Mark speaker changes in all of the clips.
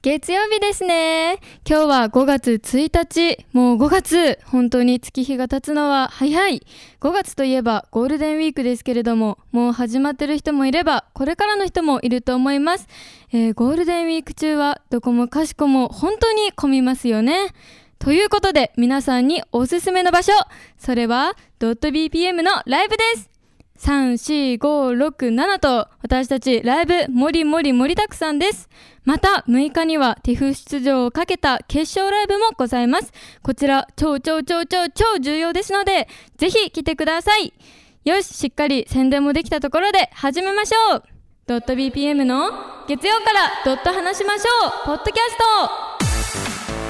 Speaker 1: 月曜日ですね。今日は5月1日。もう5月。本当に月日が経つのは早い。5月といえばゴールデンウィークですけれども、もう始まってる人もいれば、これからの人もいると思います。えーゴールデンウィーク中は、どこもかしこも本当に混みますよね。ということで、皆さんにおすすめの場所。それは、ドット .bpm のライブです。34567と私たちライブもりもり盛りだくさんですまた6日には TIFF 出場をかけた決勝ライブもございますこちら超超超超超重要ですのでぜひ来てくださいよししっかり宣伝もできたところで始めましょうドット .bpm の月曜からドット話しましょうポッドキャスト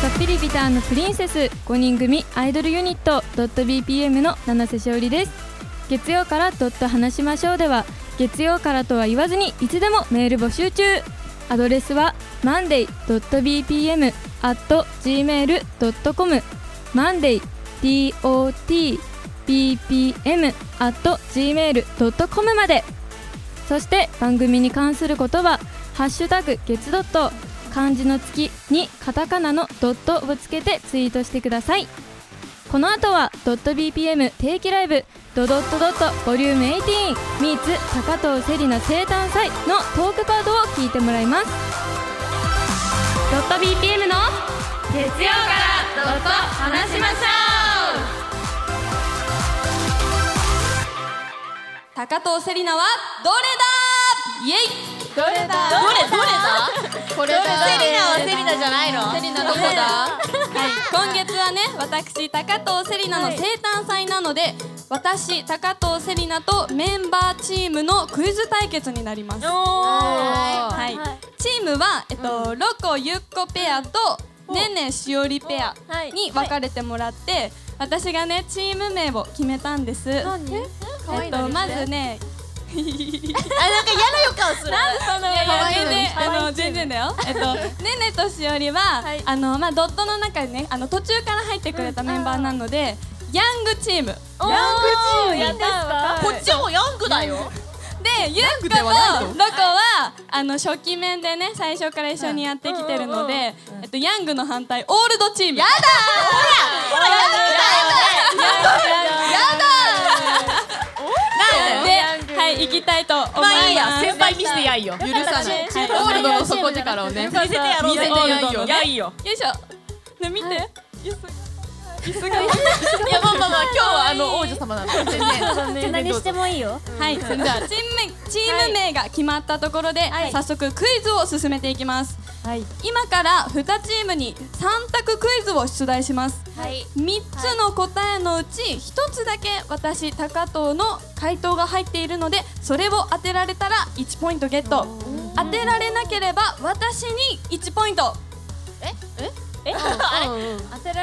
Speaker 1: ちょっぴりビターのプリンセス5人組アイドルユニット .bpm の七瀬しおりです月曜から「ドット話しましょう」では月曜からとは言わずにいつでもメール募集中アドレスは monday.bpm.gmail.com monday.dotbpm.gmail.com までそして番組に関することは「ハッシュタグ月ドット」漢字の月にカタカナのドットをつけてツイートしてくださいこの後はドット .bpm 定期ライブドドットドットボリューム18ミーツ高藤セリナ生誕祭のトークカードを聞いてもらいますドット .bpm の月曜からドット話しましょう高藤セリナはどれだイエイ
Speaker 2: どれだどれどれだこれだセリナはセリナじゃないの
Speaker 3: セリナどこだ、はい、今月はね私高藤セリナの生誕祭なので、私高藤セリナとメンバーチームのクイズ対決になります、は
Speaker 2: お
Speaker 3: いチームは、えっとロコゆっこペアとねねしおりペア
Speaker 2: はい
Speaker 3: に分かれてもらって、私がねチーム名を決めたんです、え
Speaker 2: 何可愛
Speaker 3: っ
Speaker 2: いの
Speaker 3: と
Speaker 2: に
Speaker 3: まずね
Speaker 2: あなんか嫌な予感する
Speaker 3: なんでそんな
Speaker 2: 可愛いの
Speaker 3: 全
Speaker 2: に
Speaker 3: 然
Speaker 2: 可愛い
Speaker 3: あの全然だよ。え っとねねとしおりは、
Speaker 2: い
Speaker 3: あのまあドットの中にねあの途中から入ってくれたメンバーなので、ヤングチーム。
Speaker 2: ヤングチーム
Speaker 3: やった
Speaker 2: こっちもヤングだよ
Speaker 3: でゆうかもロコはあの初期面でね最初から一緒にやってきてるので、えっとヤングの反対オールドチーム。やだ
Speaker 2: なん
Speaker 3: ではい行きたいと思います。
Speaker 2: まあいいや先輩見せてやいよ許さない
Speaker 3: チーム
Speaker 2: オールドの底力をね見せてや
Speaker 3: ろうぜ
Speaker 2: いよやいよ
Speaker 3: よいしょ。ね見て。椅子椅子が。
Speaker 2: いやまあまあまあ今日はあの王女様なの全然
Speaker 4: じゃあ何してもいいよ。
Speaker 3: はい、それではチーム名チーム名が決まったところで、早速クイズを進めていきます。
Speaker 4: はい。
Speaker 3: 今から2チームに3択クイズを出題します、
Speaker 2: はい
Speaker 3: 3つの答えのうち1つだけ私高藤の回答が入っているのでそれを当てられたら1ポイントゲット当てられなければ私に1ポイント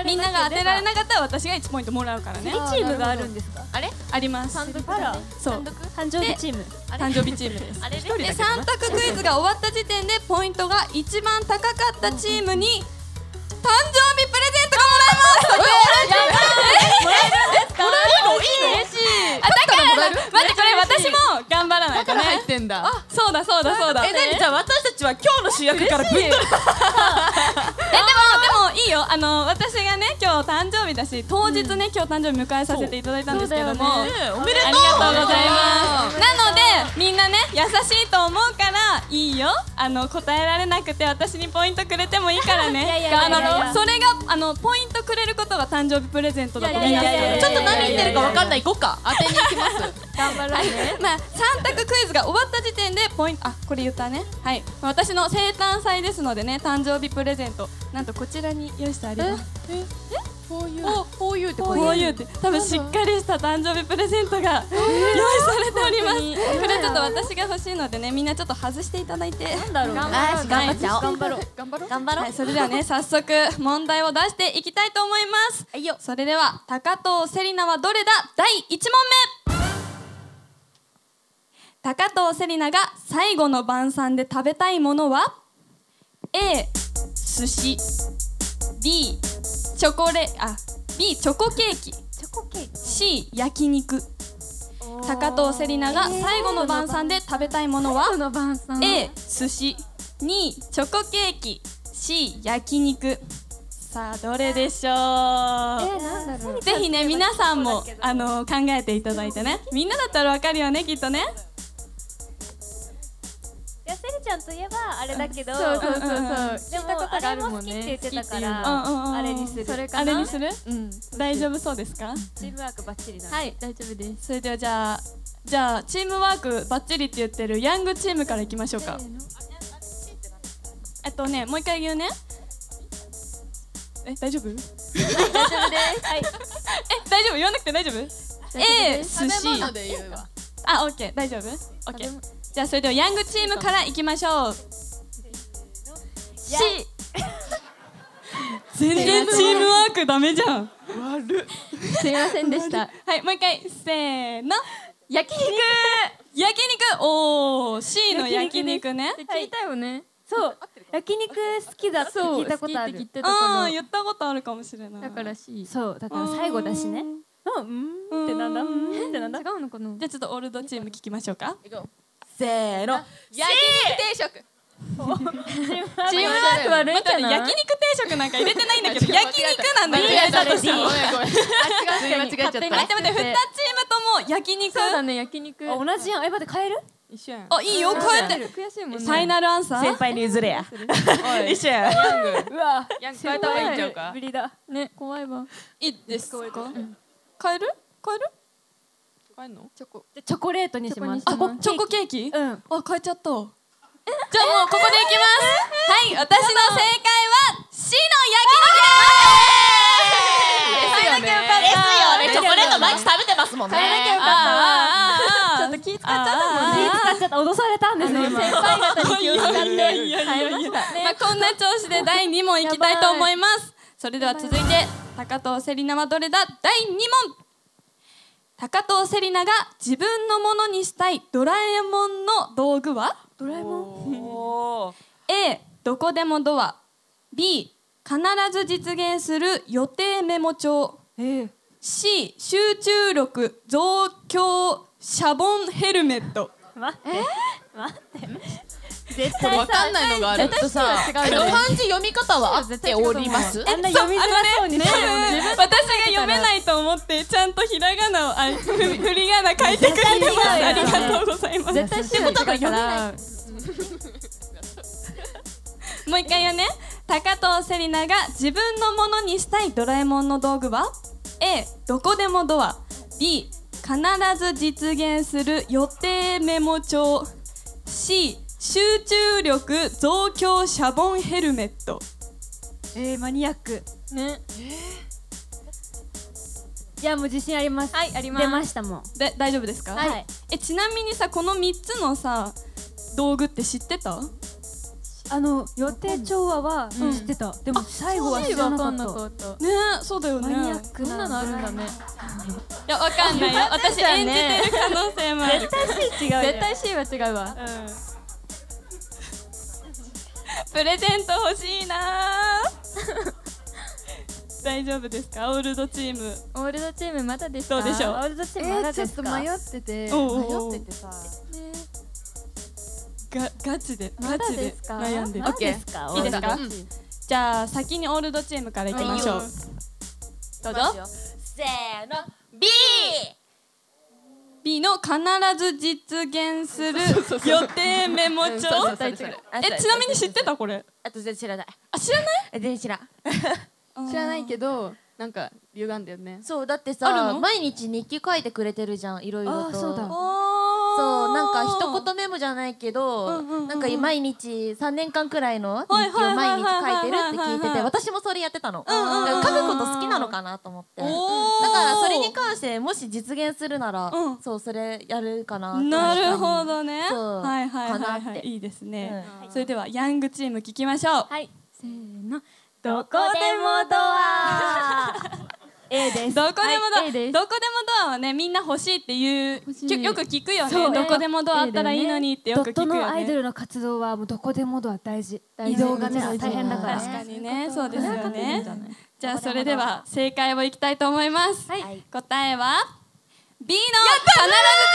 Speaker 3: みんなが当てられなかったら私が1ポイントもらうからね
Speaker 4: チームがあるんですか。
Speaker 2: あれ
Speaker 3: あります
Speaker 4: あら、
Speaker 3: そう
Speaker 4: 誕生日チーム。
Speaker 3: 誕生日チームです
Speaker 2: あれ
Speaker 3: で3択クイズが終わった時点でポイントが一番高かったチームに誕生日プレゼントがもらえますえあだから 待ってこれ私も頑張らないとね
Speaker 2: 入ってんだ
Speaker 3: そうだそうだそうだえ
Speaker 2: え、
Speaker 3: でも
Speaker 2: なにじゃあ私たちは今日の主役からぶっ飛んだ
Speaker 3: でもいいよあの私がね今日誕生日だし当日ね今日誕生日迎えさせていただいたんですけども
Speaker 4: そうだよ
Speaker 2: ねおめでとう
Speaker 3: ありがとうございますなのでみんなね優しいと思うからいいよあの答えられなくて私にポイントくれてもいいからね
Speaker 4: いやいやいや
Speaker 3: あ
Speaker 4: いやいや
Speaker 3: のそれがあのポイントくれることが誕生日プレゼントだと思い
Speaker 4: い
Speaker 3: ま
Speaker 4: や
Speaker 3: す
Speaker 4: いやいやい
Speaker 2: ち
Speaker 4: や
Speaker 2: ょっと何言ってるかわかんない行こうか当てに行きます
Speaker 3: まあ、3択クイズが終わった時点でポイントあこれ言ったねはい私の生誕祭ですのでね誕生日プレゼントなんとこちらに用意してあります
Speaker 2: こういうこういうって
Speaker 3: こういうって多分しっかりした誕生日プレゼントが用意されておりますこれちょっと私が欲しいのでねみんなちょっと外していただいて
Speaker 4: だろう。頑
Speaker 2: あし頑張っちゃおう
Speaker 4: 張ろう。頑張ろう。頑張
Speaker 3: はい、それではね早速問題を出していきたいと思います
Speaker 2: はいよ
Speaker 3: それでは高藤セリナはどれだ第1問目高藤セリナが最後の晩餐で食べたいものは A 寿司 B チョコレあ B チョコケーキ
Speaker 4: チョコケーキ
Speaker 3: C 焼肉高藤セリナが最後の晩餐で食べたいものは、
Speaker 4: の晩餐
Speaker 3: A 寿司2チョコケーキ C 焼肉さあどれでしょう
Speaker 4: なんだろう
Speaker 3: ぜひね皆さんもあの考えていただいてねみんなだったらわかるよねきっとね
Speaker 4: いやセリちゃんといえばあれだけど
Speaker 1: そうそうそうそう
Speaker 3: うんうんうん
Speaker 4: で
Speaker 1: 聞いたこ
Speaker 4: も
Speaker 1: と
Speaker 4: あ
Speaker 1: があ
Speaker 4: れ
Speaker 1: る
Speaker 4: も
Speaker 1: も
Speaker 4: 好
Speaker 1: ん
Speaker 4: き
Speaker 1: ね
Speaker 4: って言ってたか
Speaker 3: う
Speaker 4: ら
Speaker 3: んうんうん
Speaker 4: あれにする
Speaker 1: それか
Speaker 3: あ
Speaker 1: な
Speaker 3: れにする
Speaker 1: うん
Speaker 3: 大丈夫そうですか
Speaker 4: チームワークバッチリだね
Speaker 1: はい大丈夫です
Speaker 3: それではじゃあじゃあチームワークバッチリって言ってるヤングチームからいきましょうかえっとねもう一回言うねえ大丈夫え
Speaker 4: 大丈夫ですはい
Speaker 3: 大丈夫言わなくて大丈夫 A 寿司
Speaker 5: 食べ物で言うわ
Speaker 3: あオッケー大丈夫オッケーじゃあそれではヤングチームからいきましょう C 全然チームワークダメじゃん
Speaker 1: すいませんでした
Speaker 3: はいもう一回せーの
Speaker 1: 焼肉
Speaker 3: 焼肉おお C の焼肉ね
Speaker 1: 聞いたよね
Speaker 4: そう焼肉好きだって
Speaker 1: そう
Speaker 4: 聞いたことあ
Speaker 1: 好き
Speaker 4: る
Speaker 1: って聞いてた
Speaker 3: あ
Speaker 1: か
Speaker 3: あ
Speaker 1: ら
Speaker 3: 言ったことあるかもしれない
Speaker 1: だから C
Speaker 4: そうだから最後だしねうんうんってなんだうんってなんだ
Speaker 1: 違うのかな
Speaker 3: じゃあちょっとオールドチーム聞きましょうか
Speaker 5: せーの焼肉定食
Speaker 4: チームワーク
Speaker 1: 悪いんじ
Speaker 3: 待っ
Speaker 1: ゃ
Speaker 3: て
Speaker 1: ない
Speaker 3: 焼肉定食なんか入れてないんだけど
Speaker 5: あ違う
Speaker 3: 焼肉なんだ
Speaker 5: 間
Speaker 3: よ
Speaker 5: 違えちゃっ
Speaker 3: 待
Speaker 5: た
Speaker 3: って
Speaker 5: ごめんごめん間違えちゃった間違えちゃっ
Speaker 3: 待って2チームとも焼肉
Speaker 1: そうだね焼肉
Speaker 4: あ同じやんえ待って変える
Speaker 1: 一緒やん
Speaker 3: あいいよこうやってる
Speaker 1: 悔しいもんね
Speaker 3: ファイナルアンサー
Speaker 4: 輩に譲れや
Speaker 5: た
Speaker 4: 緒やうわ
Speaker 5: ヤング変えた方がいいんちゃうか
Speaker 4: 無理だ
Speaker 1: ね怖いわ
Speaker 3: いいですか変える変える
Speaker 5: 変えんのチョコ
Speaker 4: じゃあチョコレートにします
Speaker 1: チョコ
Speaker 3: あチョコケーキ
Speaker 4: う
Speaker 3: あ
Speaker 4: ん
Speaker 3: 変えちゃったじゃあもうここでいきますはい私の正解は C
Speaker 5: ですよね
Speaker 3: の焼肉ですよね
Speaker 5: チョコレート毎日食べてますもんね
Speaker 3: 変えなきゃよかったわちょっと気使っちゃったもんね
Speaker 4: 気使っちゃった脅されたんですね今
Speaker 3: いやいやいやいやまあこんな調子で第2問いきたいと思いますそれでは続いて高藤セリナはどれだ第2問高藤セリナが自分のものにしたいドラえもんの道具は
Speaker 4: ドラえもん
Speaker 3: A どこでもドア B 必ず実現する予定メモ帳 C 集中力増強シャボンヘルメット
Speaker 4: 待って待って絶
Speaker 5: これ
Speaker 4: 対
Speaker 5: わかんないのがあるえっとさ
Speaker 1: 違うよね
Speaker 5: 漢字読み方は合っております
Speaker 4: あんな読みづらそうにしてるのに
Speaker 3: 私が読めないと思ってちゃんとひらがなをあふ ふりがな書いてくれてますありがとうございます
Speaker 1: 絶対仕事だから
Speaker 3: もう一回言うね高藤セリナが自分のものにしたいドラえもんの道具は A どこでもドア B 必ず実現する予定メモ帳 C 集中力増強シャボンヘルメット
Speaker 4: えーマニアック
Speaker 1: ね
Speaker 4: いやもう自信あります
Speaker 1: はいあります
Speaker 4: 出ましたもん
Speaker 3: で大丈夫ですか、
Speaker 4: はい
Speaker 3: えちなみにさこの3つのさ道具って知ってた
Speaker 4: あの予定調和は知ってたでも最後は知ら
Speaker 1: わ
Speaker 4: な
Speaker 1: か
Speaker 4: か
Speaker 1: ん
Speaker 4: っ
Speaker 1: なか
Speaker 4: た
Speaker 1: った
Speaker 3: ねえそうだよね
Speaker 4: マニアッ
Speaker 1: こ
Speaker 4: ク
Speaker 1: んなの
Speaker 4: な
Speaker 1: あるんだね
Speaker 3: いやわかんな いよ私演じてる可能性もあ る
Speaker 4: 違うよ
Speaker 1: 絶対 C は違うわ
Speaker 3: プレゼント欲しいな ー大丈夫ですかオールドチーム
Speaker 1: オールドチームまだでした
Speaker 3: どうでしょう
Speaker 4: ワールドチ
Speaker 1: え
Speaker 4: ームまだ
Speaker 1: ーちょ
Speaker 4: で
Speaker 1: っ
Speaker 4: す
Speaker 1: と
Speaker 4: か
Speaker 1: 迷ってて
Speaker 3: おうおうおう
Speaker 1: 迷っててさね
Speaker 3: がガチで
Speaker 1: ま
Speaker 3: ガ
Speaker 1: だ
Speaker 3: チ
Speaker 1: で
Speaker 3: です
Speaker 1: か
Speaker 3: 悩んでる
Speaker 1: ま
Speaker 4: オッケーですか
Speaker 3: いいですか
Speaker 5: うん
Speaker 3: じゃあ先にオールドチームからいきましょうどうぞ
Speaker 5: せーの B
Speaker 3: B の必ず実現する予定メ モ帳
Speaker 5: 絶対違う
Speaker 3: えちなみに知ってたこれ
Speaker 5: あと全然知らない
Speaker 3: あ知らない
Speaker 5: 全然知らん
Speaker 1: 知らないけどなんか歪んだよね
Speaker 5: そうだって
Speaker 3: ある
Speaker 5: さ
Speaker 3: の
Speaker 5: 毎日日記書いてくれてるじゃんいろいろ
Speaker 4: あ
Speaker 5: と
Speaker 4: そうだ
Speaker 5: そ
Speaker 3: そう
Speaker 5: なんか一言メモじゃないけど、
Speaker 3: うんうんうん
Speaker 5: なんか毎日3年間くらいの日記
Speaker 3: はいは
Speaker 5: を
Speaker 3: いはい
Speaker 5: 毎日
Speaker 3: はい
Speaker 5: 書いてるって聞い
Speaker 3: はい
Speaker 5: て
Speaker 3: はい
Speaker 5: て私もそれやってたの、
Speaker 3: んうんうん
Speaker 5: だから書くこと好きなのかなと思ってだか
Speaker 3: おー
Speaker 5: らそれに関してもし実現するなら、
Speaker 3: うん
Speaker 5: そうそれやるかなと思った
Speaker 3: なるほどね。
Speaker 5: そう
Speaker 3: はいはいはい
Speaker 5: か
Speaker 3: は
Speaker 5: なっ
Speaker 3: い。
Speaker 5: て
Speaker 3: いいですね。それではヤングチーム聞きましょう。
Speaker 1: せーの
Speaker 4: どこでもドア
Speaker 5: A です
Speaker 3: どこでもドア、
Speaker 5: はい A
Speaker 3: どこ
Speaker 5: で
Speaker 3: ですもドアはねみんな欲しいっていう
Speaker 5: 欲しい
Speaker 3: きょよく聞くよ
Speaker 4: そう
Speaker 3: ねどこでもドアあったらいいのにってよ
Speaker 4: ド
Speaker 3: く
Speaker 4: ッ
Speaker 3: 聞
Speaker 4: ト
Speaker 3: く
Speaker 4: の
Speaker 3: よ
Speaker 4: アイド
Speaker 3: ね
Speaker 4: ルの活動はもうどこでもドア大事
Speaker 5: 大事
Speaker 4: 移動がね
Speaker 5: 移動が
Speaker 4: 大変だから
Speaker 5: 確
Speaker 3: 確かにねそうですよ
Speaker 5: いいん
Speaker 3: ね
Speaker 5: じゃない
Speaker 3: じゃあそれでは正解をいきたいと思います、
Speaker 5: はい
Speaker 3: 答えは B の必ず違う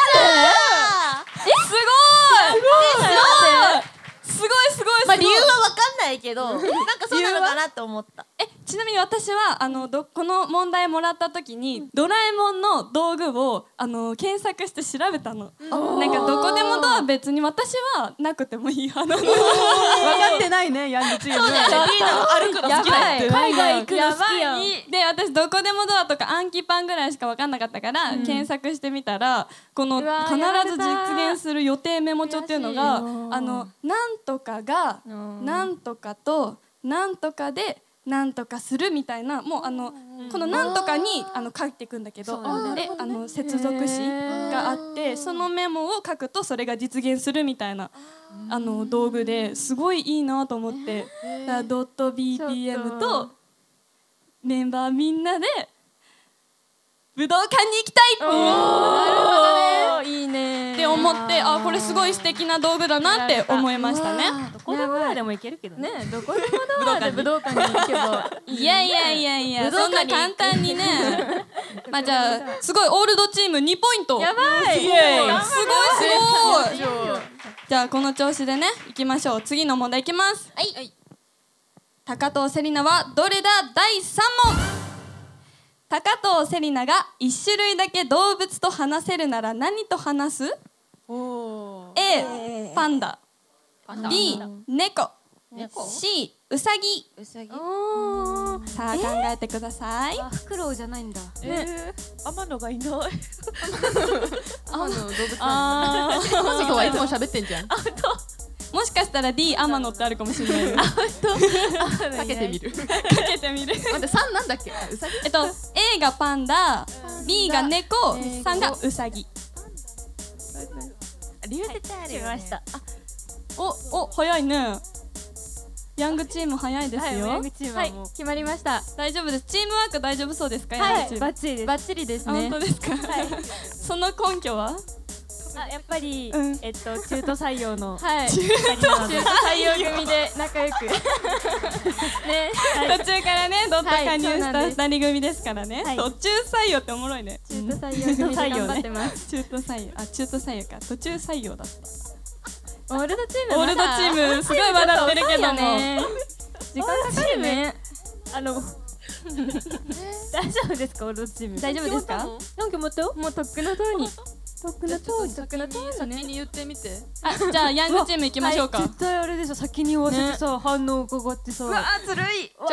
Speaker 2: まあ
Speaker 3: するすごいなんでなんでえすごいすごいすごいすごいすごいすごい
Speaker 2: 理由は分かんない けど、なんかそうなのかなって思った。
Speaker 3: えちなみに私はあのどこの問題もらった時に、ドラえもんの道具をあの検索して調べたの、なんかどこでもドア別に私はなくてもいい派なの
Speaker 5: 分かってないねヤングチーム
Speaker 3: やばい
Speaker 4: 海外行くの好きや
Speaker 3: やばいで私どこでもドアとか暗記パンぐらいしか分かんなかったから、検索してみたらこの
Speaker 6: うわ
Speaker 3: 必
Speaker 6: ーやられ
Speaker 3: ず
Speaker 6: た
Speaker 3: 実現する予定メモ帳っていうのがあ
Speaker 6: 悔しい
Speaker 3: のなんとかがなんとかとなんとかでなんとかするみたいなもうあのこのなんとかにあの書いていくんだけどであの接続詞があってそのメモを書くとそれが実現するみたいな。あの道具ですごいいいなと思って、だからドット BPM とメンバーみんなで武道館に行きたい
Speaker 5: おーいいね
Speaker 3: って思ってあこれすごい素敵な道具だなって思いましたね
Speaker 5: どこでもドアでもいけるけどね
Speaker 4: どこでもドアで武道館に行けば
Speaker 3: いやいやいやいや
Speaker 2: 武道
Speaker 3: そん
Speaker 2: 館
Speaker 3: な
Speaker 2: に
Speaker 3: 簡単にねまあじゃあすごいオールドチーム2ポイント
Speaker 5: やばい
Speaker 3: すごいすごいじゃあこの調子でね行きましょう次の問題いきます
Speaker 2: はい。
Speaker 3: 高藤セリナはどれだ第3問高藤セリナが1種類だけ動物と話せるなら何と話す A パンダ B 猫 C ウサギ
Speaker 6: うさぎ。
Speaker 3: さあ考えてください
Speaker 4: あフクロウじゃないんだ
Speaker 5: えー天野がいない
Speaker 6: あの動物なん
Speaker 3: あー
Speaker 6: だ。マジはいつも喋ってんじゃん。
Speaker 3: もしかしたら D 天野ってあるかもしれないか
Speaker 6: かけてみる。待
Speaker 3: けてみる
Speaker 6: って三なんだっけ？うさぎ。
Speaker 3: えっと A がパンダ B が猫3がウサギ
Speaker 5: 理由絶対あるよ、ね、ました
Speaker 3: おお早いねヤングチーム早いですよ、
Speaker 5: ヤングチームはもう
Speaker 4: 決まりました
Speaker 3: 大丈夫ですチームワーク大丈夫そうですか、ヤングチーム
Speaker 4: バッチリです
Speaker 5: バッチリです
Speaker 3: あ本当ですか、その根拠は
Speaker 5: あやっぱり、
Speaker 3: うん
Speaker 5: えっと中途採用 の
Speaker 4: はい
Speaker 5: 採用組で仲 良くね
Speaker 3: 途中からねドット加入した
Speaker 5: はいそうなんです
Speaker 3: 2人組ですからね、
Speaker 5: はい
Speaker 3: 途中採用っておもろいね
Speaker 5: 中途採用組で頑張ってます、
Speaker 3: 中途採用あ中途採用か途中採用だった
Speaker 5: オールドチーム
Speaker 3: オールドチームすごい笑ってるけども、
Speaker 5: 時間かかるねあの大丈夫ですかオールドチーム
Speaker 3: 大丈夫ですか
Speaker 5: 何か持ったよ
Speaker 1: もうとっくの通り
Speaker 5: とっくの通り
Speaker 6: 先に先に言ってみて。
Speaker 3: あじゃあヤングチーム行きましょうか、
Speaker 4: 絶対あれでしょ先に言わせてさ反応伺ってさ
Speaker 6: じ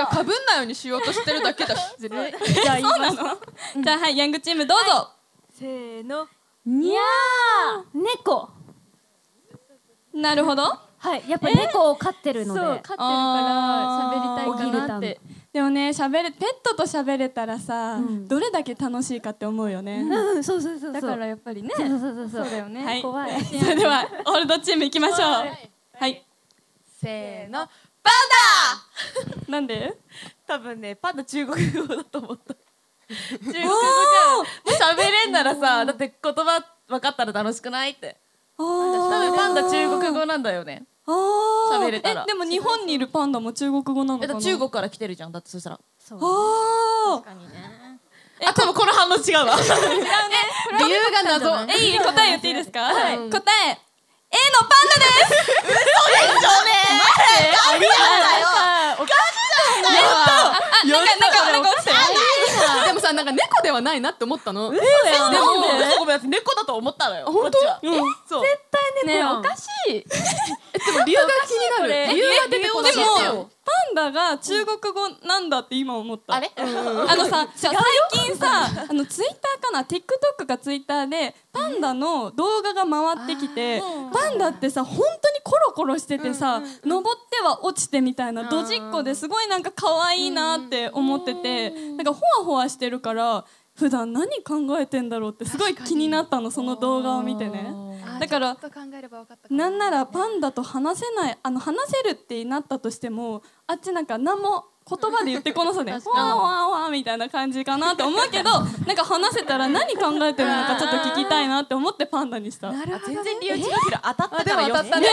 Speaker 6: ゃあ被んないようにしようとしてるだけ だし。ずるい。
Speaker 5: じゃあ今
Speaker 3: じゃあはいヤングチームどうぞ、
Speaker 4: せーの
Speaker 5: にゃー猫
Speaker 3: なるほど
Speaker 4: はいやっぱ猫を飼ってるので
Speaker 5: そう飼ってる
Speaker 3: あ
Speaker 5: から
Speaker 3: ー
Speaker 5: 喋りたいかなって
Speaker 3: でもね喋れペットと喋れたらさ、
Speaker 4: ん
Speaker 3: どれだけ楽しいかって思うよね、
Speaker 4: うんそうそうそうそう
Speaker 5: だからやっぱりね
Speaker 4: そうそうそうそう
Speaker 5: そうだよね、
Speaker 3: はい
Speaker 5: 怖い
Speaker 3: それではオールドチーム行きましょうはい
Speaker 6: せーの。
Speaker 3: なんで
Speaker 5: 多分ねパンダ中国語だと思った中国語じゃん 喋れんならさだって言葉分かったら楽しくないって
Speaker 3: あ
Speaker 5: 多
Speaker 3: ー
Speaker 5: 分パンダ中国語なんだよね
Speaker 3: あー
Speaker 5: 喋れたら
Speaker 3: えでも日本にいるパンダも中国語なの
Speaker 5: え
Speaker 3: か
Speaker 5: だ
Speaker 3: な
Speaker 5: 中国から来てるじゃんだってそしたら
Speaker 3: あー
Speaker 5: あ多分この反応違うわ
Speaker 6: 理由が謎。
Speaker 3: えいい答え言っていいですか、答え
Speaker 6: い
Speaker 3: A のパンダですなんかなんかなんか落ちたよ
Speaker 6: でもさなんか猫ではないなって思ったの。
Speaker 5: でもごめんなさい猫だと思ったのよ本当そう
Speaker 1: ねえおかしい
Speaker 6: 理由が気になる。
Speaker 5: え
Speaker 6: 理由が出てこない。
Speaker 3: でもパンダが中国語なんだって今思った
Speaker 5: あれ
Speaker 3: あのさ最近さあのツイッターかな TikTok かツイッターでパンダの動画が回ってきてパンダってさ本当にコロコロしててさ登っては落ちてみたいなドジっ子ですごいなんか可愛いなって思っててなんかほわほわしてるから普段何考えてんだろうってすごい気になったのその動画を見てね。だから
Speaker 6: ちょっと考えれば分かったかも。
Speaker 3: なんならパンダと話せないあの話せるってなったとしてもあっちなんか何も言葉で言ってこなさねわ
Speaker 2: 確
Speaker 3: ー
Speaker 2: かに
Speaker 3: わーわーみたいな感じかなと思うけどなんか話せたら何考えてるのかちょっと聞きたいなって思ってパンダにした
Speaker 5: あ全然理由違うけど当たったから
Speaker 6: でも当た
Speaker 5: よ
Speaker 6: っ
Speaker 5: ね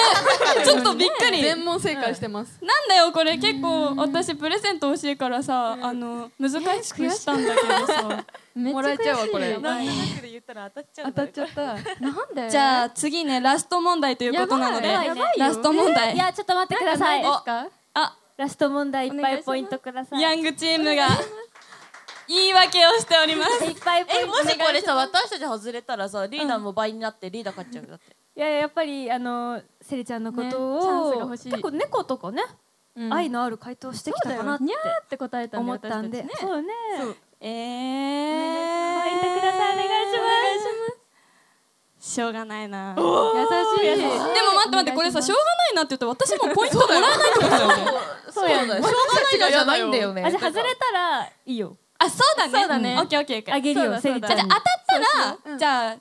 Speaker 6: たね。
Speaker 3: ちょっとびっくり
Speaker 6: 全問正解してます。
Speaker 3: なんだよこれ結構私プレゼント欲しいからさあの難しくしたんだけどさ
Speaker 4: め
Speaker 6: もらえちゃうわこ
Speaker 5: な
Speaker 6: れ。
Speaker 5: んとなくで言ったら当たっちゃう
Speaker 6: 当
Speaker 5: んだよ
Speaker 6: たっちゃった。
Speaker 4: なんで
Speaker 3: じゃあ次ねラスト問題ということなので
Speaker 4: やばいやばい
Speaker 3: ラスト問題
Speaker 7: いやちょっと待ってください
Speaker 3: なんか
Speaker 6: か
Speaker 3: あ
Speaker 7: ラスト問題いっ
Speaker 6: お
Speaker 7: ぱ
Speaker 6: 願いしま
Speaker 7: い
Speaker 6: す
Speaker 7: ポイントくださいい
Speaker 3: ヤングチームが言い訳をしております
Speaker 7: っぱいポイ
Speaker 5: え
Speaker 7: ント
Speaker 5: もしこれさ私たち外れたらさリーダーも倍になってリーダー勝っちゃうよだって
Speaker 4: いややっぱりあのセリちゃんのこ
Speaker 6: ねチャンス
Speaker 4: と
Speaker 6: が
Speaker 4: を
Speaker 6: 欲しい
Speaker 4: 結構猫とかね愛のある回答してきたかなって
Speaker 6: って答えた
Speaker 4: 思ったんでそうね
Speaker 3: えー
Speaker 7: ポイントくださいお願いします
Speaker 3: しょうがないなで
Speaker 6: 優しい。
Speaker 3: も待って待ってこれさしょうがないなって言って私もポイントもらえないってことだよね
Speaker 6: そうやね。しょうがないじゃないんだよね。
Speaker 7: あじゃあ外れたらいいよ
Speaker 3: あそうだねそうだねオッケーオッケーオッケー
Speaker 7: あげる
Speaker 3: そう
Speaker 7: よ
Speaker 3: だ
Speaker 7: セリちゃん
Speaker 3: じゃ
Speaker 7: に
Speaker 3: あ当たったらじゃあ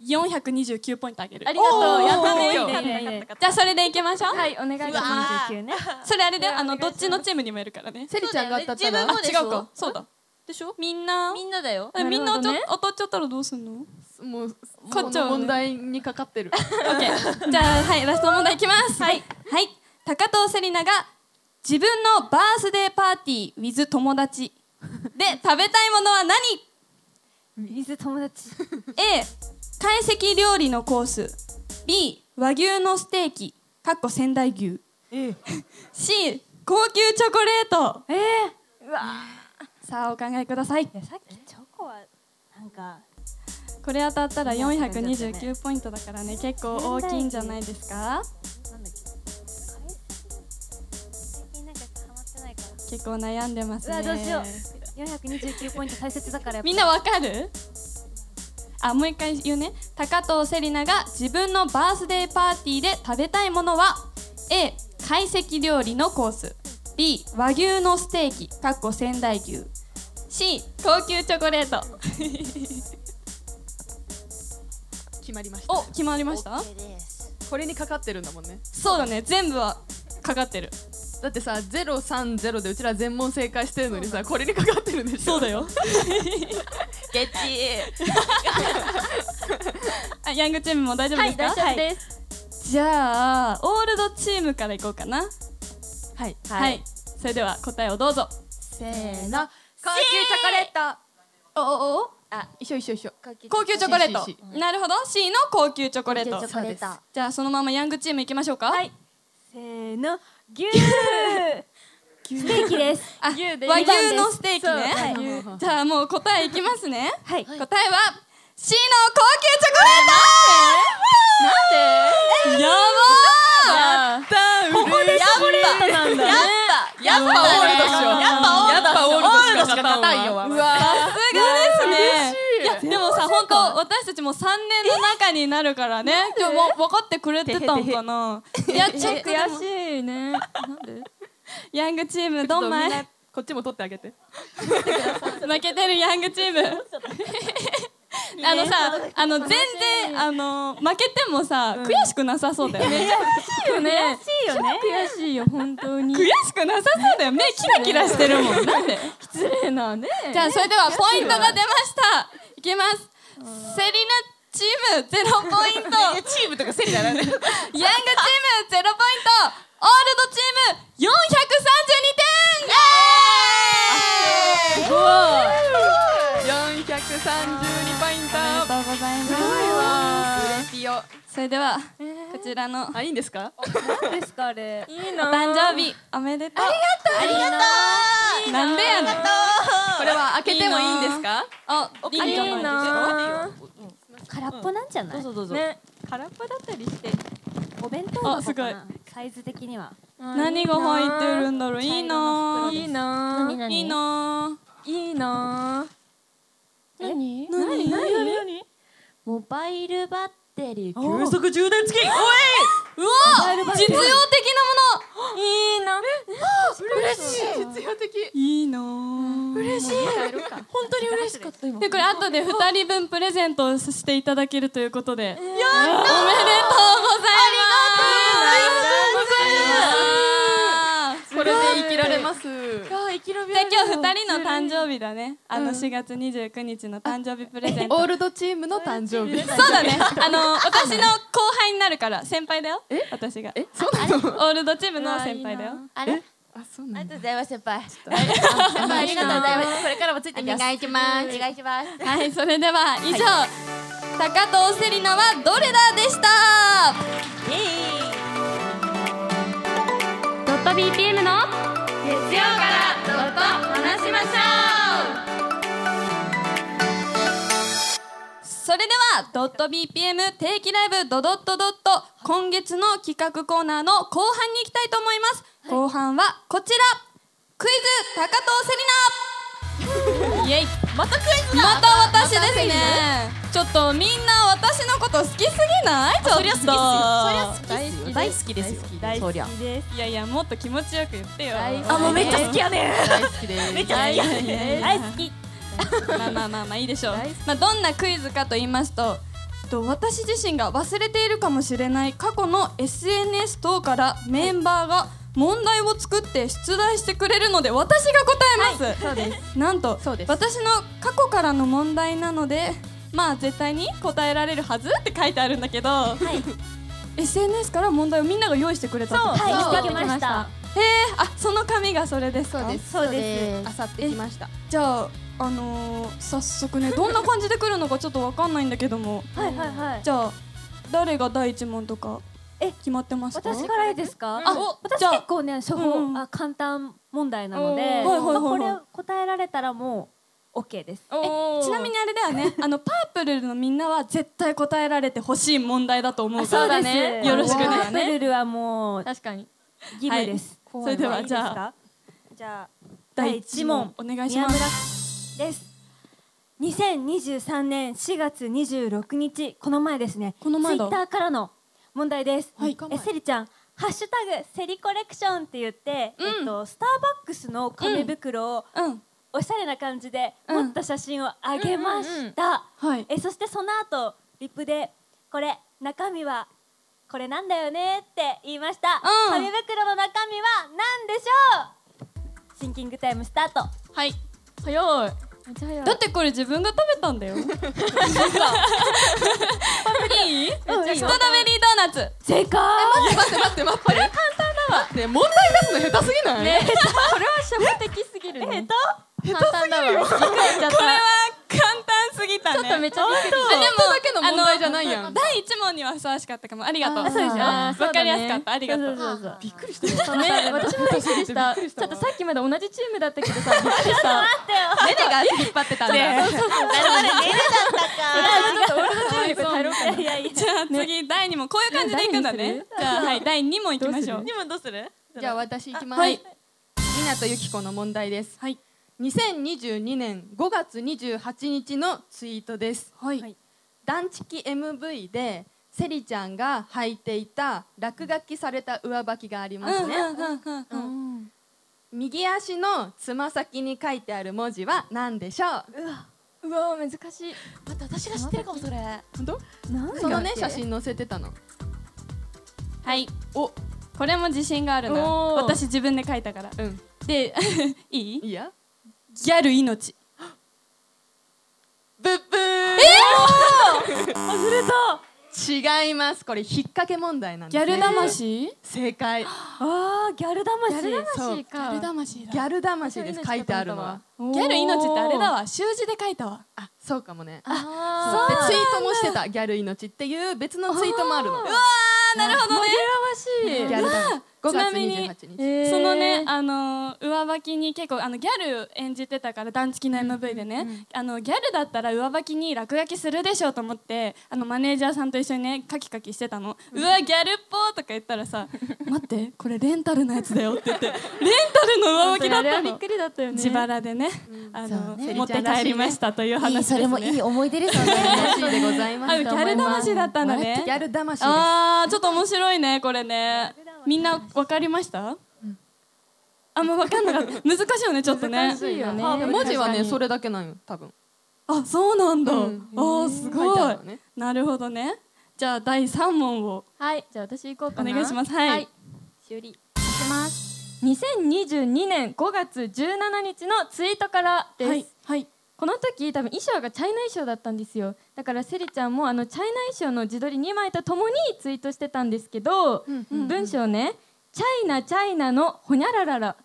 Speaker 3: 429ポイントあげる
Speaker 7: ありがとうやったね
Speaker 3: おー
Speaker 7: いいねいいね
Speaker 3: じゃあそれでいきましょう
Speaker 7: はいお願いします29ね
Speaker 3: それあれであのどっちのチームにもやるからね
Speaker 6: セリちゃんが当たった
Speaker 5: そうだ
Speaker 6: ら
Speaker 5: よ。ね
Speaker 3: 違
Speaker 5: 自
Speaker 3: う
Speaker 5: 分もでしょ
Speaker 3: かそうだでしょみんな
Speaker 5: みんなだよ
Speaker 3: えみん
Speaker 7: な
Speaker 3: な
Speaker 7: るほ
Speaker 3: ち
Speaker 7: ど
Speaker 3: ょ
Speaker 7: ね
Speaker 3: 当たっちゃったらどうすんの
Speaker 6: もう
Speaker 3: 勝っちゃうね
Speaker 6: 問題にかかってる。
Speaker 3: オッケーじゃあはいラスト問題いきますはい、はい、高藤セリナが自分のバースデーパーティー with 友達で食べたいものは何
Speaker 4: 水友達
Speaker 3: A 懐石料理のコース B 和牛のステーキかっこ仙台牛 C 高級チョコレート
Speaker 4: ええ
Speaker 3: さあお考えください
Speaker 4: いやさっきチョコはなんか
Speaker 3: これ当たったら429ポイントだからね結構大きいんじゃないですか
Speaker 4: なんだっけ
Speaker 7: 最近なんかハマってないか
Speaker 3: 結構悩んでます
Speaker 4: う
Speaker 3: ね
Speaker 4: わどうしよう429ポイント大切だからや っぱ
Speaker 3: みんなわかるあもう一回言うね高藤セリナが自分のバースデーパーティーで食べたいものは A 懐石料理のコース B 和牛のステーキかっこ仙台牛 C 高級チョコレート
Speaker 6: 決まりました。
Speaker 3: お決まりました
Speaker 6: これにかかってるんだもんね。
Speaker 3: そうだね全部はかかってる
Speaker 6: だってさ、ゼロ三ゼロでうちら全問正解してるのにさ、これにかかってるんでしょ。
Speaker 3: そうだよ
Speaker 5: ゲッチ
Speaker 3: あヤングチームも大丈夫ですか、
Speaker 7: はい大丈夫です
Speaker 3: じゃあオールドチームからいこうかなはいはい、それでは答えをどうぞ
Speaker 5: せーの
Speaker 6: 高級チョコレート。
Speaker 3: おおお
Speaker 6: 一緒一緒一緒。
Speaker 3: 高級チョコレート
Speaker 6: C C
Speaker 3: なるほど C の高級チョコレート
Speaker 6: そうです。
Speaker 3: じゃあそのままヤングチームいきましょうかはい
Speaker 4: せーの牛
Speaker 7: ステーキです
Speaker 3: あ和
Speaker 6: 牛で
Speaker 3: 牛のステーキね
Speaker 6: はい
Speaker 3: はいじゃあもう答えいきますね
Speaker 4: はい
Speaker 3: 答えは C の高級チョコレートなんでやばー
Speaker 5: やっぱオールドっしょやっぱオールドっしょオールドしか勝たんよ
Speaker 6: うわー。
Speaker 3: さすがですね。いやでもさ本当私たちも三年の中になるからね。今日もう分かってくれてたんかな。いやちょっとでも
Speaker 7: 悔しいね
Speaker 3: ヤングチームどんまい
Speaker 6: こっちも取ってあげて。
Speaker 3: 負けてるヤングチ ーム。あのさあの全然あの負けてもさ悔しくなさそうだよね。
Speaker 7: 悔し いよね悔しいよ本当に
Speaker 3: 悔しくなさそうだよ目キラキラしてるも ん。なんで？
Speaker 7: 失礼なね
Speaker 3: じゃあそれではポイントが出ました。いきます。セリナチームゼロ ポイント。
Speaker 5: チームとかセリだなね
Speaker 3: ヤングチームゼロポイント、オールドチーム432点。イエーイ。
Speaker 6: 四百三十二ポイン
Speaker 3: ありが
Speaker 6: ト。
Speaker 3: とうございます。
Speaker 6: ピヨ。
Speaker 3: それでは、こちらのお
Speaker 6: あいいんですか？
Speaker 4: ですかあれ
Speaker 3: 誕生日おめでとう。
Speaker 5: ありがとう
Speaker 3: なんでやねん。
Speaker 6: これは開けてもいいんですか？
Speaker 3: あ、いいんじゃないですか。
Speaker 4: 空っぽなんじゃない
Speaker 5: どうぞどうぞ
Speaker 4: ね空っぽだったりしてお弁当
Speaker 3: あす
Speaker 4: 箱
Speaker 3: ごい
Speaker 4: かなサイズ的には
Speaker 3: 何が入ってるんだろう。いいない
Speaker 4: なぁ
Speaker 3: いいない
Speaker 4: いなぁ
Speaker 7: 何
Speaker 3: 何何何
Speaker 7: モバイルバッテリー
Speaker 5: 急速充電付きおいう
Speaker 3: わ実用的なものいいな
Speaker 6: 実用的。
Speaker 3: いいな嬉しい
Speaker 5: 本当に嬉しかった今
Speaker 3: でこれ後で2人分プレゼントをしていただけるということで、おめでとうございます
Speaker 6: これで生きられます。
Speaker 3: いや
Speaker 5: キロビ
Speaker 3: で
Speaker 5: ア
Speaker 3: 今日二人の誕生日だねあの4月29日の誕生日プレゼント
Speaker 6: オ
Speaker 3: そ
Speaker 6: ールドチームの誕生日
Speaker 3: うだねあの私の後輩になるから先輩だよ私が
Speaker 6: えそうなの
Speaker 3: オールドチームの先輩だよ
Speaker 1: あれ
Speaker 6: あそう
Speaker 5: あ
Speaker 6: な
Speaker 5: り
Speaker 6: ん
Speaker 5: がとう
Speaker 6: だ
Speaker 5: ございます先輩ありがとうござい ますこれからもついて
Speaker 1: お
Speaker 5: きます
Speaker 1: 願いしますお願いします
Speaker 3: はいそれでは以上高藤セリナはどれだでした
Speaker 4: ドット BPM の
Speaker 3: 月曜からドッと話しましょうそれではドット BPM 定期ライブドドットドット今月の企画コーナーの後半に行きたいと思います、後半はこちらクイズ高藤 セリナイエイまたクイズだまた私ですね、ちょっとみんな私のこと好きすぎないちょっと
Speaker 5: 大好きですよ大好きですよ
Speaker 3: いやいやもっと気持ちよく言ってよ
Speaker 5: あもうめっちゃ好きやね
Speaker 6: 大好きです
Speaker 5: めっちゃ好きやね
Speaker 3: 大好きまあまあまあまあいいでしょう、まあ、どんなクイズかと言いますとと私自身が忘れているかもしれない過去の SNS 等からメンバーが問題を作って出題してくれるので私が答えます、
Speaker 6: そうです
Speaker 3: なんと
Speaker 6: そうです
Speaker 3: 私の過去からの問題なのでまあ絶対に答えられるはずって書いてあるんだけど、SNS から問題をみんなが用意してくれたってこと
Speaker 1: はい来てきました
Speaker 3: へえあその紙がそれですか
Speaker 1: そうです
Speaker 6: あさってきました
Speaker 3: じゃああのー、早速 ねどんな感じで来るのかちょっとわかんないんだけども
Speaker 4: はいはいはい
Speaker 3: じゃあ誰が第一問とか決まってますか
Speaker 4: 私からですか
Speaker 3: あ
Speaker 4: 私
Speaker 3: じゃあ
Speaker 4: 結構ね初
Speaker 3: う
Speaker 4: 歩
Speaker 3: ん
Speaker 4: あ簡単問題なので
Speaker 3: おーはいはいはい
Speaker 4: まあこれ
Speaker 3: はい
Speaker 4: 答えられたらもう OK です
Speaker 3: えちなみにあれだよ ねあのパープルのみんなは絶対答えられてほしい問題だと思うから
Speaker 4: です
Speaker 3: よろしくね
Speaker 4: ワープルルはもう
Speaker 3: 確かに
Speaker 4: 義務です
Speaker 3: それではじゃあ
Speaker 4: あじゃあ
Speaker 3: 第一問お願いします
Speaker 4: 宮村です2023年4月26日この前ですね
Speaker 3: この前だ
Speaker 4: ツイッターからの問題です、
Speaker 3: はい
Speaker 4: えセリちゃんハッシュタグセリコレクションって言って、えっとスターバックスの紙袋を
Speaker 3: うん
Speaker 4: おしゃれな感じで
Speaker 3: うん
Speaker 4: 持った写真をあげました、
Speaker 3: はい
Speaker 4: えそしてその後リップでこれ中身はこれなんだよねって言いました、
Speaker 3: うん
Speaker 4: 紙袋の中身は何でしょうシンキングタイムスタート
Speaker 3: はい早いだってこれ自分が食べたんだ よいいストロベリードーナツ
Speaker 4: 正解
Speaker 6: 待って待って待ってこれ簡単だわね問題出すの下手すぎないね
Speaker 4: えっと
Speaker 3: これは簡単すぎたねちょっとめっちゃびっくりでも
Speaker 6: だけの問題じゃないやん
Speaker 3: あの第一問にはふさわしかったかもありがとう
Speaker 4: あそうですよ
Speaker 3: わかりやすかったありがとう
Speaker 4: そうそうそう
Speaker 6: びっくりしたよ
Speaker 4: 私もびっくりしたちょっとさっきまで同じチームだったけどさびっくりした待ってよ
Speaker 6: 目でが引っ張ってたんだ
Speaker 4: いやいや
Speaker 3: じゃあ次 第二問こういう感じでいくんだねじゃあはい第二問いきましょう
Speaker 5: 今どうする
Speaker 6: じゃあ私行きます
Speaker 3: はい
Speaker 6: 湊由紀子の問題です
Speaker 3: はい
Speaker 6: 2022年5月28日のツイートです
Speaker 3: はい
Speaker 6: ダンチキ MV でセリちゃんが履いていた落書きされた上履きがありますね、右足のつま先に書いてある文字は何でしょう
Speaker 4: うわ難しい
Speaker 5: 待って私が知ってるかもそれ
Speaker 6: 本当
Speaker 4: なんだ
Speaker 6: そのね写真載せてたの
Speaker 3: はい
Speaker 6: お
Speaker 3: これも自信があるの
Speaker 4: おー
Speaker 3: 私自分で書いたから
Speaker 6: うん
Speaker 3: で いい
Speaker 6: いいや
Speaker 3: ギャル命
Speaker 6: ブッブーえー、違いますこれ引っ掛け問題なんで
Speaker 3: ギ
Speaker 6: す、
Speaker 3: ャ
Speaker 6: ね、
Speaker 3: ル魂
Speaker 6: 正解
Speaker 4: あーギャル魂
Speaker 6: そう
Speaker 3: ギャル魂
Speaker 6: ギ
Speaker 3: だ
Speaker 6: ャル魂です書いてあるのは
Speaker 3: ギャル命ってあれだわ習字で書いたわ
Speaker 6: あそうかもねあそうでツイートもしてたギャル命っていう別のツイートもあるのう
Speaker 3: あ
Speaker 6: わ
Speaker 3: なるほどね
Speaker 6: ギャルだ5
Speaker 3: ちな
Speaker 6: 月
Speaker 3: みに
Speaker 6: 28日
Speaker 3: そのね、あのー上履きに結構あのギャル演じてたから段付きの MV でね、あのギャルだったら上履きに落書きするでしょうと思ってあのマネージャーさんと一緒にねカキカキしてたの、うわギャルっぽーとか言ったらさ待ってこれレンタルのやつだよって言ってレンタルの上履きだったの
Speaker 4: りだったよ
Speaker 3: 自腹でね、あの
Speaker 5: そうね
Speaker 3: 持って帰りましたという話です、ね、
Speaker 5: い思い出ですよ ね
Speaker 6: 魂でございま
Speaker 3: あギ
Speaker 6: す
Speaker 3: ャル魂だったんだね
Speaker 6: ギャル魂です
Speaker 3: あーちょっと面白いねこれねみんなわかりました、あんまわかんなかった難しい よねちょっとね
Speaker 6: あ文字はねそれだけなんよ多分
Speaker 3: あそうなんだ、
Speaker 6: うん
Speaker 3: あーす
Speaker 6: 書い
Speaker 3: ご
Speaker 6: て
Speaker 3: い
Speaker 6: あるのね
Speaker 3: なるほどねじゃあ第三問を
Speaker 4: はいじゃあ私行こう
Speaker 3: お
Speaker 4: かな
Speaker 3: 願いしますはい、
Speaker 4: しおりいきます
Speaker 1: 2022年5月17日のツイートからです、
Speaker 3: はいはい
Speaker 1: この時多分衣装がチャイナ衣装だったんですよだからセリちゃんもあのチャイナ衣装の自撮り2枚とともにツイートしてたんですけど、文章ね「チャイナチャイナのほにゃららら」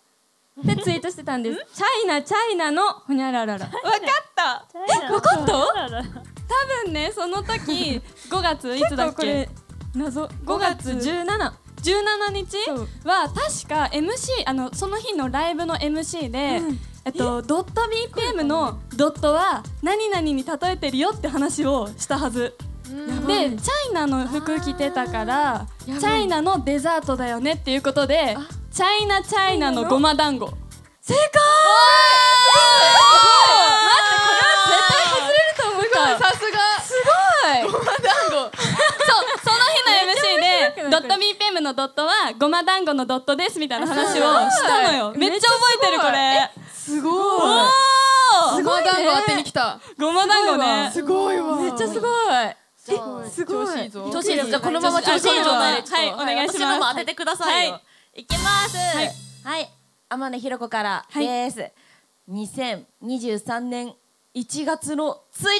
Speaker 1: でツイートしてたんです「チャイナチャイナのほにゃららら」
Speaker 7: え、わかった
Speaker 3: 多分ねその時5月いつだっ
Speaker 1: こ
Speaker 3: け
Speaker 1: れ謎
Speaker 3: 5
Speaker 1: 5
Speaker 3: 月
Speaker 1: 月17
Speaker 3: 17日
Speaker 1: そう
Speaker 3: は確か MC あのその日のライブの MC で、えっと、ドット BPM のドットは何々に例えてるよって話をしたはずでチャイナの服着てたからチャイナのデザートだよねっていうことでチャイナチャイナのごま団子正解待ってこれは絶対外れると思うから
Speaker 6: さすが
Speaker 3: そうその日の MC でドット BPM のドットはごま団子のドットですみたいな話をしたのよめっちゃ覚えてるこれ
Speaker 6: すごい
Speaker 3: お
Speaker 6: すごい団子当てに来た
Speaker 3: ーごま団子ね
Speaker 6: すごいわめっちゃ
Speaker 3: すごい
Speaker 6: すごい調子いいぞ
Speaker 2: 調子いいです。じゃあこのまま調子いい状態で。
Speaker 3: はいお願いします
Speaker 5: 私のも当ててくださいよ。、
Speaker 3: はい
Speaker 5: きます。
Speaker 3: い
Speaker 5: はい。天音ひろ子からです。2023年1月の1日、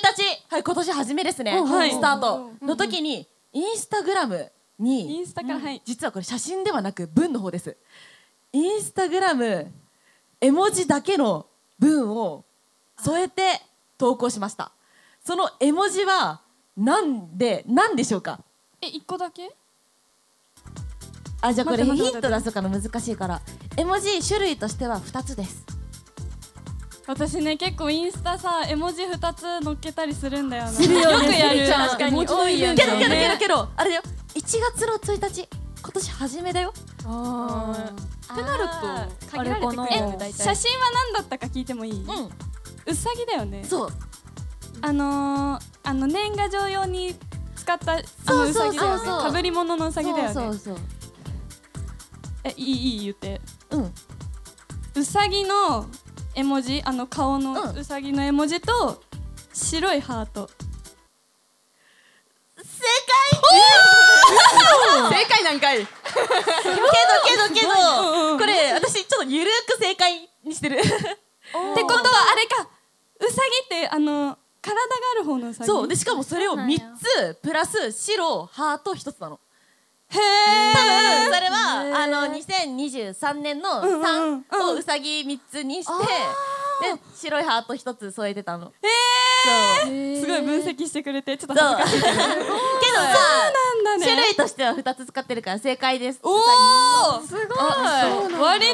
Speaker 5: はい今年初めですね。
Speaker 3: はい
Speaker 5: スタートの時にインスタグラム
Speaker 3: イ
Speaker 5: に
Speaker 3: ンスタからはい
Speaker 5: 実はこれ写真ではなく文の方です。インスタグラム絵文字だけの文を添えて投稿しました。その絵文字はなんでなんでしょうか。
Speaker 3: え一個だけ
Speaker 5: あじゃあこれヒ
Speaker 3: 待って待
Speaker 5: ン
Speaker 3: って
Speaker 5: ト出すから難しいから絵文字種類としては2つです
Speaker 3: 私ね結構インスタさ絵文字2つ載っけたりするんだよね
Speaker 5: するよね
Speaker 3: よくや
Speaker 5: す
Speaker 3: る
Speaker 5: るじゃん
Speaker 3: 確かに
Speaker 6: 多いよ
Speaker 5: けどけどけどけどあれだよ1月の1日今年初めだよ
Speaker 3: ってなると限られてく
Speaker 7: あれ
Speaker 3: る
Speaker 7: かな
Speaker 3: え写真は何だったか聞いてもいい
Speaker 5: うん
Speaker 3: うさぎだよね
Speaker 5: そう
Speaker 3: あのー、あの年賀状用に使ったあのうさぎだよ
Speaker 5: そうそ
Speaker 3: ね
Speaker 5: うそう
Speaker 3: かぶり物のうさぎだよね
Speaker 5: そうそう
Speaker 3: えいいいい言って
Speaker 5: そううん
Speaker 3: うさぎの絵文字あの顔の
Speaker 5: うん
Speaker 3: うさぎの絵文字と白いハート
Speaker 5: 正解
Speaker 6: 正解なんかい
Speaker 5: けどけどけどこれ私ちょっとゆるく正解にしてる
Speaker 3: ってことはあれかうさぎってあの体がある方のうさぎ
Speaker 5: そうでしかもそれを3つプラス白ハート1つなの
Speaker 3: へえ
Speaker 5: 多分それはあの2023年の3をうさぎ3つにしてで白いハート1つ添えてたのええ
Speaker 3: すごい分析してくれてちょっと
Speaker 5: そう
Speaker 3: 恥ずかしい
Speaker 5: けどさ
Speaker 3: なんだね
Speaker 5: 種類としては2つ使ってるから正解です
Speaker 3: おおすごい割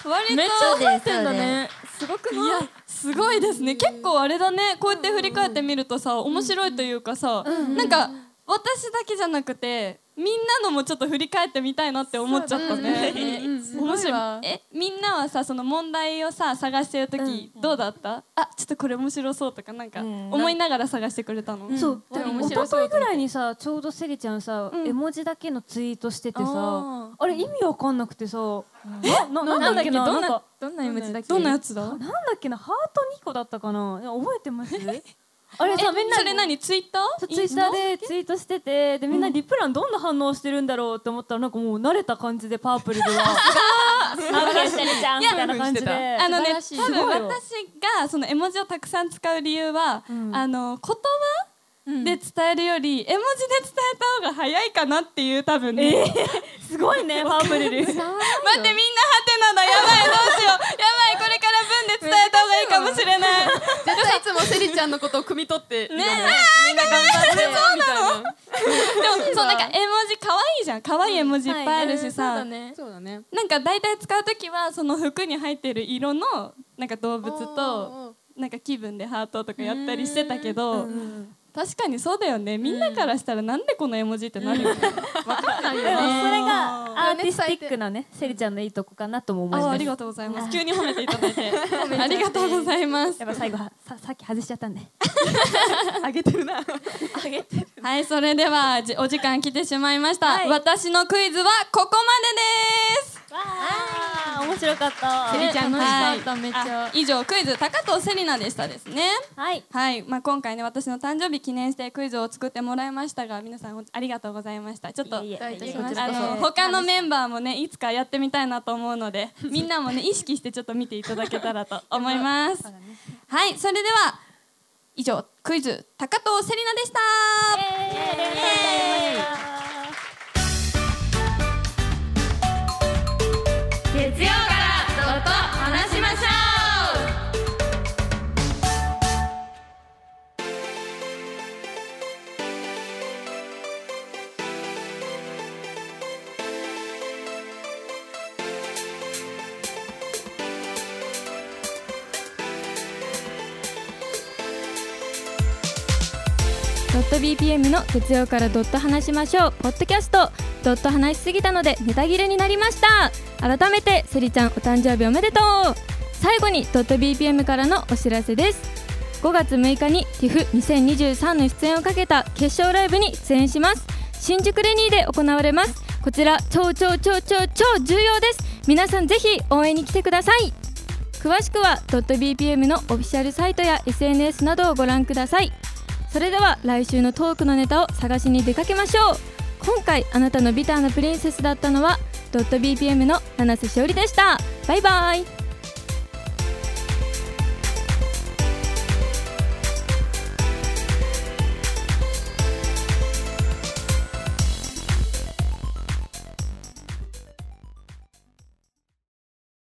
Speaker 3: と割と
Speaker 5: 入ってんだね
Speaker 3: すごくないやすごいですね結構あれだねこうやって振り返ってみるとさ面白いというかさ、なんか私だけじゃなくてみんなのもちょっと振り返ってみたいなって思っちゃったね面白いえみんなはさその問題をさ探してる時どうだった、あちょっとこれ面白そうとかなんか
Speaker 5: うん
Speaker 3: 思いながら探してくれたの、
Speaker 4: そう、でも一昨日ぐらいにさ、ちょうどセリちゃんさ、
Speaker 3: うん
Speaker 4: 絵文字だけのツイートしてて
Speaker 3: あ
Speaker 4: さ、あれ意味わかんなくてさ、え、な
Speaker 1: な
Speaker 4: なん
Speaker 1: だ
Speaker 4: んだ
Speaker 1: っけ
Speaker 4: っけ
Speaker 1: ど
Speaker 4: な、なんん
Speaker 1: な
Speaker 4: か、
Speaker 1: どんな絵文字だっけ
Speaker 3: どんなやつだ
Speaker 4: なんだっけな、ハート2個だったかな、いや覚えてますあれ
Speaker 3: え
Speaker 4: さ、みんな
Speaker 3: それ何ツイッタ
Speaker 4: そう
Speaker 3: ー
Speaker 4: ツイッターでツイートしててでみんなリプランどんな反応してるんだろうって思ったらなんかもう慣れた感じでパープルでは
Speaker 7: してるじゃんみたいな感じで。
Speaker 3: あのね、
Speaker 6: 素
Speaker 3: 多分
Speaker 6: 晴
Speaker 4: すごいよ
Speaker 3: 私がその絵文字をたくさん使う理由は、
Speaker 4: ん
Speaker 3: あの言葉で伝えるより、絵文字で伝えた方が早いかなっていう多分ね、待って
Speaker 4: すごい ねパープルで
Speaker 3: みんなハテナだやばいどうしようやばいこれから文で伝えた方がいいかもしれない
Speaker 6: 絶対いつもセリちゃんのことを汲み取っ
Speaker 3: ね
Speaker 6: てみんな頑 張ってみたいな
Speaker 3: でもそうなんか絵文字可愛いじゃん可愛い絵文字いっぱいあるしさ、
Speaker 6: そうだね
Speaker 3: なんか大体使う時はその服に入ってる色のなんか動物となんか気分でハートとかやったりしてたけど確かにそうだよねみんなからしたらなんでこの絵文字ってなるよね
Speaker 4: それがアーティスティックなねセリちゃんのいいとこかなとも思い
Speaker 3: あ
Speaker 4: ま
Speaker 3: あ
Speaker 4: す
Speaker 3: りがとうございます 急に褒めていただいてありがとうございます
Speaker 4: やっぱ最後はささっき外しちゃったんで
Speaker 3: はいそれではじお時間来てしまいました私のクイズはここまでです
Speaker 7: あー面白かった
Speaker 3: セリちゃん楽しかっためっち
Speaker 7: ゃ
Speaker 3: 以上クイズ高藤セリナでしたですね
Speaker 7: はい
Speaker 3: はい、まあ、今回ね私の誕生日記念してクイズを作ってもらいましたが皆さんほんありがとうございましたちょっと
Speaker 7: いえいえ
Speaker 2: どういたしまして
Speaker 3: あの他のメンバーもねいつかやってみたいなと思うのでみんなもね意識してちょっと見ていただけたらと思 いますはいそれでは以上クイズ高藤セリナでしたイエーイ月曜からと話しましょう
Speaker 1: ドット BPM の月曜からドット話しましょうポッドキャストドット話しすぎたのでネタ切れになりました改めてセリちゃんお誕生日おめでとう最後にドット BPM からのお知らせです5月6日に TIFF2023 の出演をかけた決勝ライブに出演します新宿レニーで行われますこちら超超超超超重要です皆さんぜひ応援に来てください詳しくはドット .bpm のオフィシャルサイトや SNS などをご覧くださいそれでは来週のトークのネタを探しに出かけましょう今回あなたのビターなプリンセスだったのはドット .bpm の七瀬しおりでしたバイバイ